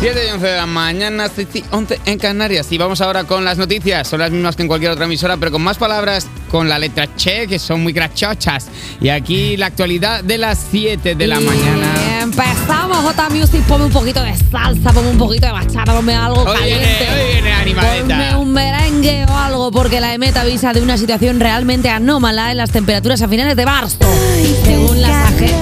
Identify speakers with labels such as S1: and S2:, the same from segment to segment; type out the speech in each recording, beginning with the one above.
S1: 7 y 11 de la mañana, 7 y 11 en Canarias. Y vamos ahora con las noticias. Son las mismas que en cualquier otra emisora, pero con más palabras, con la letra che, que son muy crachochas. Y aquí la actualidad de las 7 de la
S2: Y
S1: mañana.
S2: Empezamos J Music, ponme un poquito de salsa, ponme un poquito de bachata, ponme algo
S1: Hoy viene,
S2: caliente.
S1: hoy viene animaleta.
S2: este Ponme un merengue o algo, porque la EMET avisa de una situación realmente anómala en las temperaturas a finales de marzo. Según las agencias.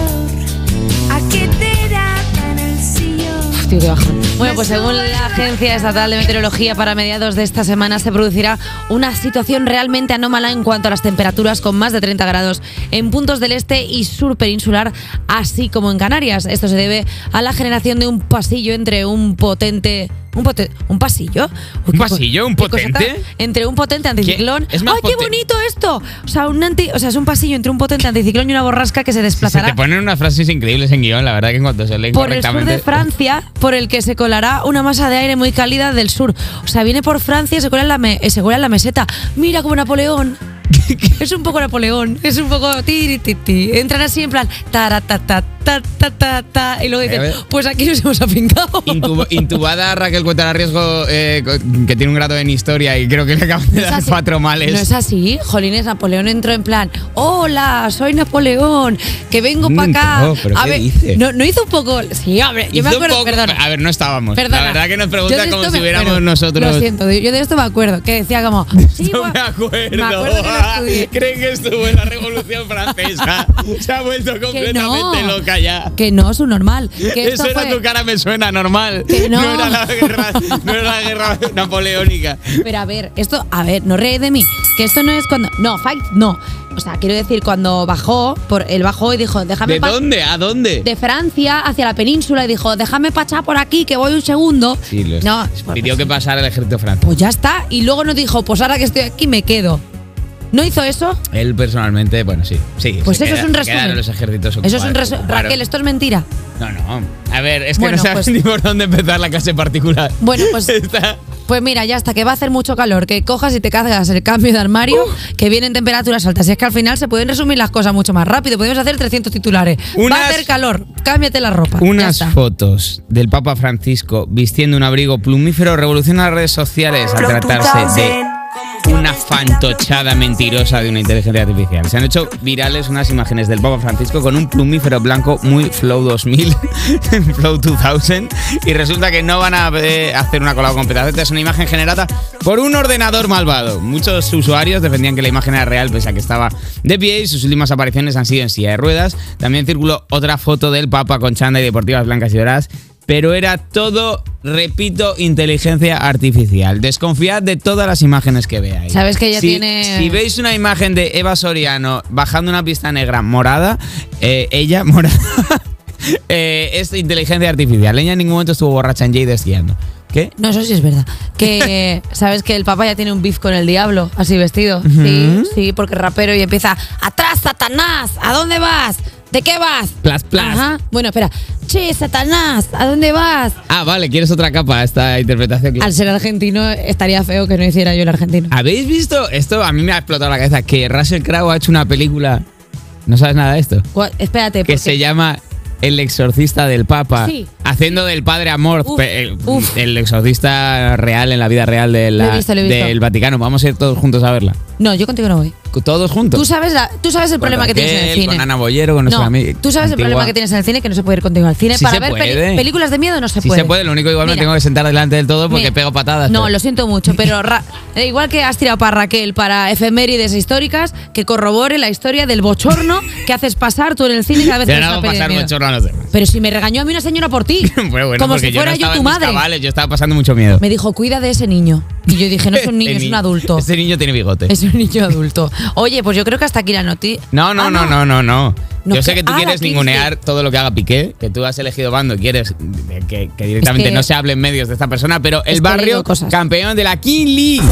S2: Bueno, pues según la Agencia Estatal de Meteorología, para mediados de esta semana se producirá una situación realmente anómala en cuanto a las temperaturas, con más de 30 grados en puntos del este y sur peninsular, así como en Canarias. Esto se debe a la generación de un pasillo entre un potente. ¿Un, pote- un pasillo? Uy,
S1: ¿Un
S2: qué co-
S1: pasillo? ¿Un
S2: qué cosa tan-
S1: potente?
S2: Entre un potente anticiclón.
S1: Es más
S2: ¡Ay, qué
S1: poten-
S2: bonito esto! O sea, un anti- o sea, es un pasillo entre un potente anticiclón y una borrasca que se
S1: Se
S2: desplazará
S1: te ponen unas frases increíbles en guión, la verdad que en cuanto se leen
S2: por el sur
S1: correctamente.
S2: de Francia, por el que se colará una masa de aire muy cálida del sur. O sea, viene por Francia y se cuela en la, me- eh, se cuela en la meseta. Mira como Napoleón. es un poco Napoleón, es un poco tiri ti, ti. Entran así en plan ta ta ta ta ta ta ta y luego
S1: A
S2: dicen,
S1: ver.
S2: pues aquí nos hemos afincado.
S1: Intubo- intubada Raquel Cuétara Riesgo, eh, co- que tiene un grado en historia y creo que le acaban de
S2: No es
S1: dar
S2: así.
S1: cuatro males.
S2: No es así, Jolines, Napoleón entró en plan, hola, soy Napoleón, que vengo
S1: Mm,
S2: para acá.
S1: no, pero
S2: a
S1: ¿qué
S2: ver,
S1: dice?
S2: no, no hizo un poco. Sí, hombre, yo me
S1: Hizo
S2: acuerdo,
S1: poco-
S2: perdona.
S1: A ver, no estábamos.
S2: Perdona.
S1: La verdad que nos
S2: Yo
S1: pregunta
S2: de
S1: como
S2: esto
S1: si
S2: me
S1: hubiéramos
S2: acuerdo.
S1: nosotros.
S2: Lo siento, yo de esto me acuerdo, que decía como. Sí,
S1: No
S2: bueno,
S1: me acuerdo.
S2: Me acuerdo que lo estudié.
S1: Creen que estuvo en la Revolución Francesa. Se ha vuelto completamente
S2: no.
S1: loca ya.
S2: Que no, es un normal. Que esto
S1: Eso era
S2: fue-
S1: tu cara, me suena normal.
S2: Que no.
S1: era la guerra, no era la guerra napoleónica.
S2: Pero a ver, esto, a ver, no reí de mí. Que esto no es cuando. No, fight, no. O sea, quiero decir, cuando bajó, por el bajó y dijo, déjame
S1: ¿De
S2: en paz".
S1: dónde? ¿A dónde?
S2: de Francia hacia la península y dijo, déjame pachar por aquí, que voy un segundo.
S1: Sí, lo-
S2: no,
S1: Pidió que pasara el ejército francés.
S2: pues ya está. Y luego nos dijo, pues ahora que estoy aquí me quedo. ¿No hizo eso?
S1: Él personalmente, bueno, sí. sí
S2: Pues
S1: se
S2: eso
S1: queda-
S2: es un
S1: se
S2: resumen.
S1: quedaron los ejércitos
S2: Eso es
S1: ocupados,
S2: un resumen.
S1: ocuparon.
S2: Raquel, esto es mentira.
S1: No, no. A ver, es que
S2: Bueno,
S1: no sabes
S2: pues-
S1: ni por dónde empezar la clase particular.
S2: Bueno, pues-
S1: Está-
S2: Pues mira, ya hasta que va a hacer mucho calor, que cojas y te cargas el cambio de armario, que vienen temperaturas altas. Y es que al final se pueden resumir las cosas mucho más rápido. Podemos hacer 300 titulares. Va a
S1: Unas-
S2: hacer calor, cámbiate la ropa.
S1: Unas
S2: Ya está.
S1: fotos del Papa Francisco vistiendo un abrigo plumífero revolucionan las redes sociales al tratarse de una fantochada mentirosa de una inteligencia artificial. Se han hecho virales unas imágenes del Papa Francisco con un plumífero blanco muy Flow 2000, Flow 2000, y resulta que no van a eh, hacer una colaboración completamente. Es una imagen generada por un ordenador malvado. Muchos usuarios defendían que la imagen era real, pese a que estaba de pie y sus últimas apariciones han sido en silla de ruedas. También circuló otra foto del Papa con chanda y deportivas blancas y doradas pero era todo, repito, inteligencia artificial. Desconfiad de todas las imágenes que veáis.
S2: Sabes que ella
S1: Si-
S2: tiene-
S1: Si veis una imagen de Eva Soriano bajando una pista negra morada, eh, ella morada, eh, es inteligencia artificial. Ella en ningún momento estuvo borracha en Jade esquiando. ¿Qué?
S2: No, eso sí es verdad. Que sabes que el papá ya tiene un beef con el diablo, así vestido. Sí, sí, porque es rapero y empieza, atrás, Satanás, ¿a dónde vas? ¿De qué vas?
S1: Plas, plas.
S2: Ajá. Bueno, espera. Che, Satanás, ¿a dónde vas?
S1: Ah, vale, quieres otra capa a esta interpretación. que-
S2: Al ser argentino, estaría feo que no hiciera yo el argentino.
S1: ¿Habéis visto? Esto a mí me ha explotado la cabeza. Que Russell Crowe ha hecho una película. ¿No sabes nada de esto?
S2: Gua- Espérate,
S1: que
S2: porque-
S1: se llama El exorcista del Papa,
S2: Sí.
S1: haciendo del padre amor,
S2: Uf,
S1: pe- el,
S2: uf.
S1: el exorcista real en la vida real de la-
S2: Lo he visto, lo he visto.
S1: del Vaticano. Vamos a ir todos juntos a verla.
S2: No, yo contigo no voy.
S1: Todos juntos.
S2: Tú sabes, la- tú sabes el
S1: Con
S2: problema que tienes en el
S1: Raquel,
S2: cine.
S1: Con Ana Bollero, con nuestra
S2: no,
S1: amiga
S2: tú sabes el
S1: antigua.
S2: problema que tienes en el cine que no se puede ir contigo al cine.
S1: Sí
S2: Para
S1: se
S2: ver peli-
S1: puede.
S2: películas de miedo no se
S1: Sí
S2: puede.
S1: se puede, lo único igual me
S2: Mira.
S1: tengo que sentar delante del todo porque
S2: Mira,
S1: pego patadas.
S2: No,
S1: pero-
S2: lo siento mucho, pero Ra- eh, igual que has tirado para Raquel, para efemérides históricas, que corrobore la historia del bochorno que haces pasar tú en el cine cada vez
S1: Yo
S2: que
S1: no
S2: ves
S1: hago
S2: una peli de
S1: pasar
S2: miedo.
S1: bochorno a los demás.
S2: Pero si me regañó a mí una señora por ti,
S1: Pero bueno,
S2: como
S1: porque
S2: si fuera
S1: yo, no estaba
S2: yo, tu
S1: en mis
S2: madre.
S1: cabales, yo estaba pasando mucho miedo.
S2: Me dijo, cuida de ese niño. Y yo dije, no es un niño,
S1: Este
S2: es un
S1: ni-
S2: adulto.
S1: Este niño tiene bigote.
S2: Es un niño adulto. Oye, pues yo creo que hasta aquí la Ah, noticia.
S1: No, no, no, no, no, no.
S2: No,
S1: Yo sé
S2: que-
S1: que tú
S2: ah, la
S1: quieres
S2: Kingsley.
S1: ningunear todo lo que haga Piqué, que tú has elegido bando y quieres que, que directamente
S2: Es que-
S1: no se hable en medios de esta persona, pero
S2: Es
S1: el
S2: que he leído
S1: barrio
S2: cosas.
S1: campeón de la King League.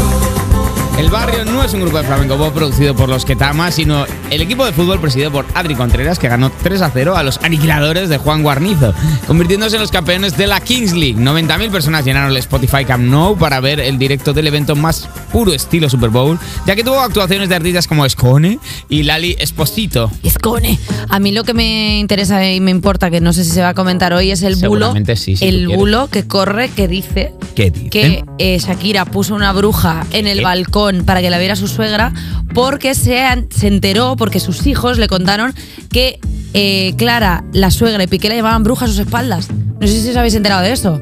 S1: El Barrio no es un grupo de flamenco pop producido por los Ketama, sino el equipo de fútbol presidido por Adri Contreras, que ganó 3 a 0 a los aniquiladores de Juan Guarnizo, convirtiéndose en los campeones de la Kings League. 90.000 personas llenaron el Spotify Camp Nou para ver el directo del evento más puro estilo Super Bowl, ya que tuvo actuaciones de artistas como Escone y Lali Esposito.
S2: Escone. A mí lo que me interesa y me importa, que no sé si se va a comentar hoy, es el bulo.
S1: Seguramente sí, si
S2: el
S1: tú quieres.
S2: bulo que corre, que dice
S1: ¿Qué dice?
S2: que eh, Shakira puso una bruja en el
S1: ¿Qué?
S2: balcón para que la viera su suegra porque se, an- se enteró, porque sus hijos le contaron que eh, Clara, la suegra y Piqué la llevaban bruja a sus espaldas. No sé si os habéis enterado de eso.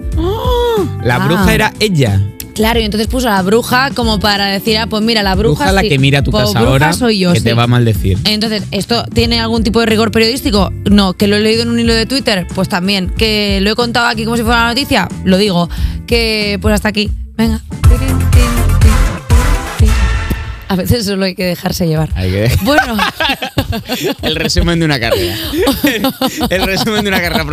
S1: La
S2: Ah.
S1: bruja era ella.
S2: Claro, y entonces puso a la bruja como para decir, ah, pues mira, la bruja.
S1: Bruja la
S2: sí.
S1: que mira tu
S2: Pues
S1: casa
S2: bruja
S1: ahora,
S2: soy yo,
S1: que te
S2: sí. Eh.
S1: va a maldecir.
S2: Entonces, ¿esto tiene algún tipo de rigor periodístico? No, que lo he leído en un hilo de Twitter, pues también. Que lo he contado aquí como si fuera una noticia, lo digo. Que pues hasta aquí. Venga. A veces solo hay que dejarse llevar.
S1: Hay que-
S2: Bueno.
S1: El resumen de una carrera. El resumen de una carrera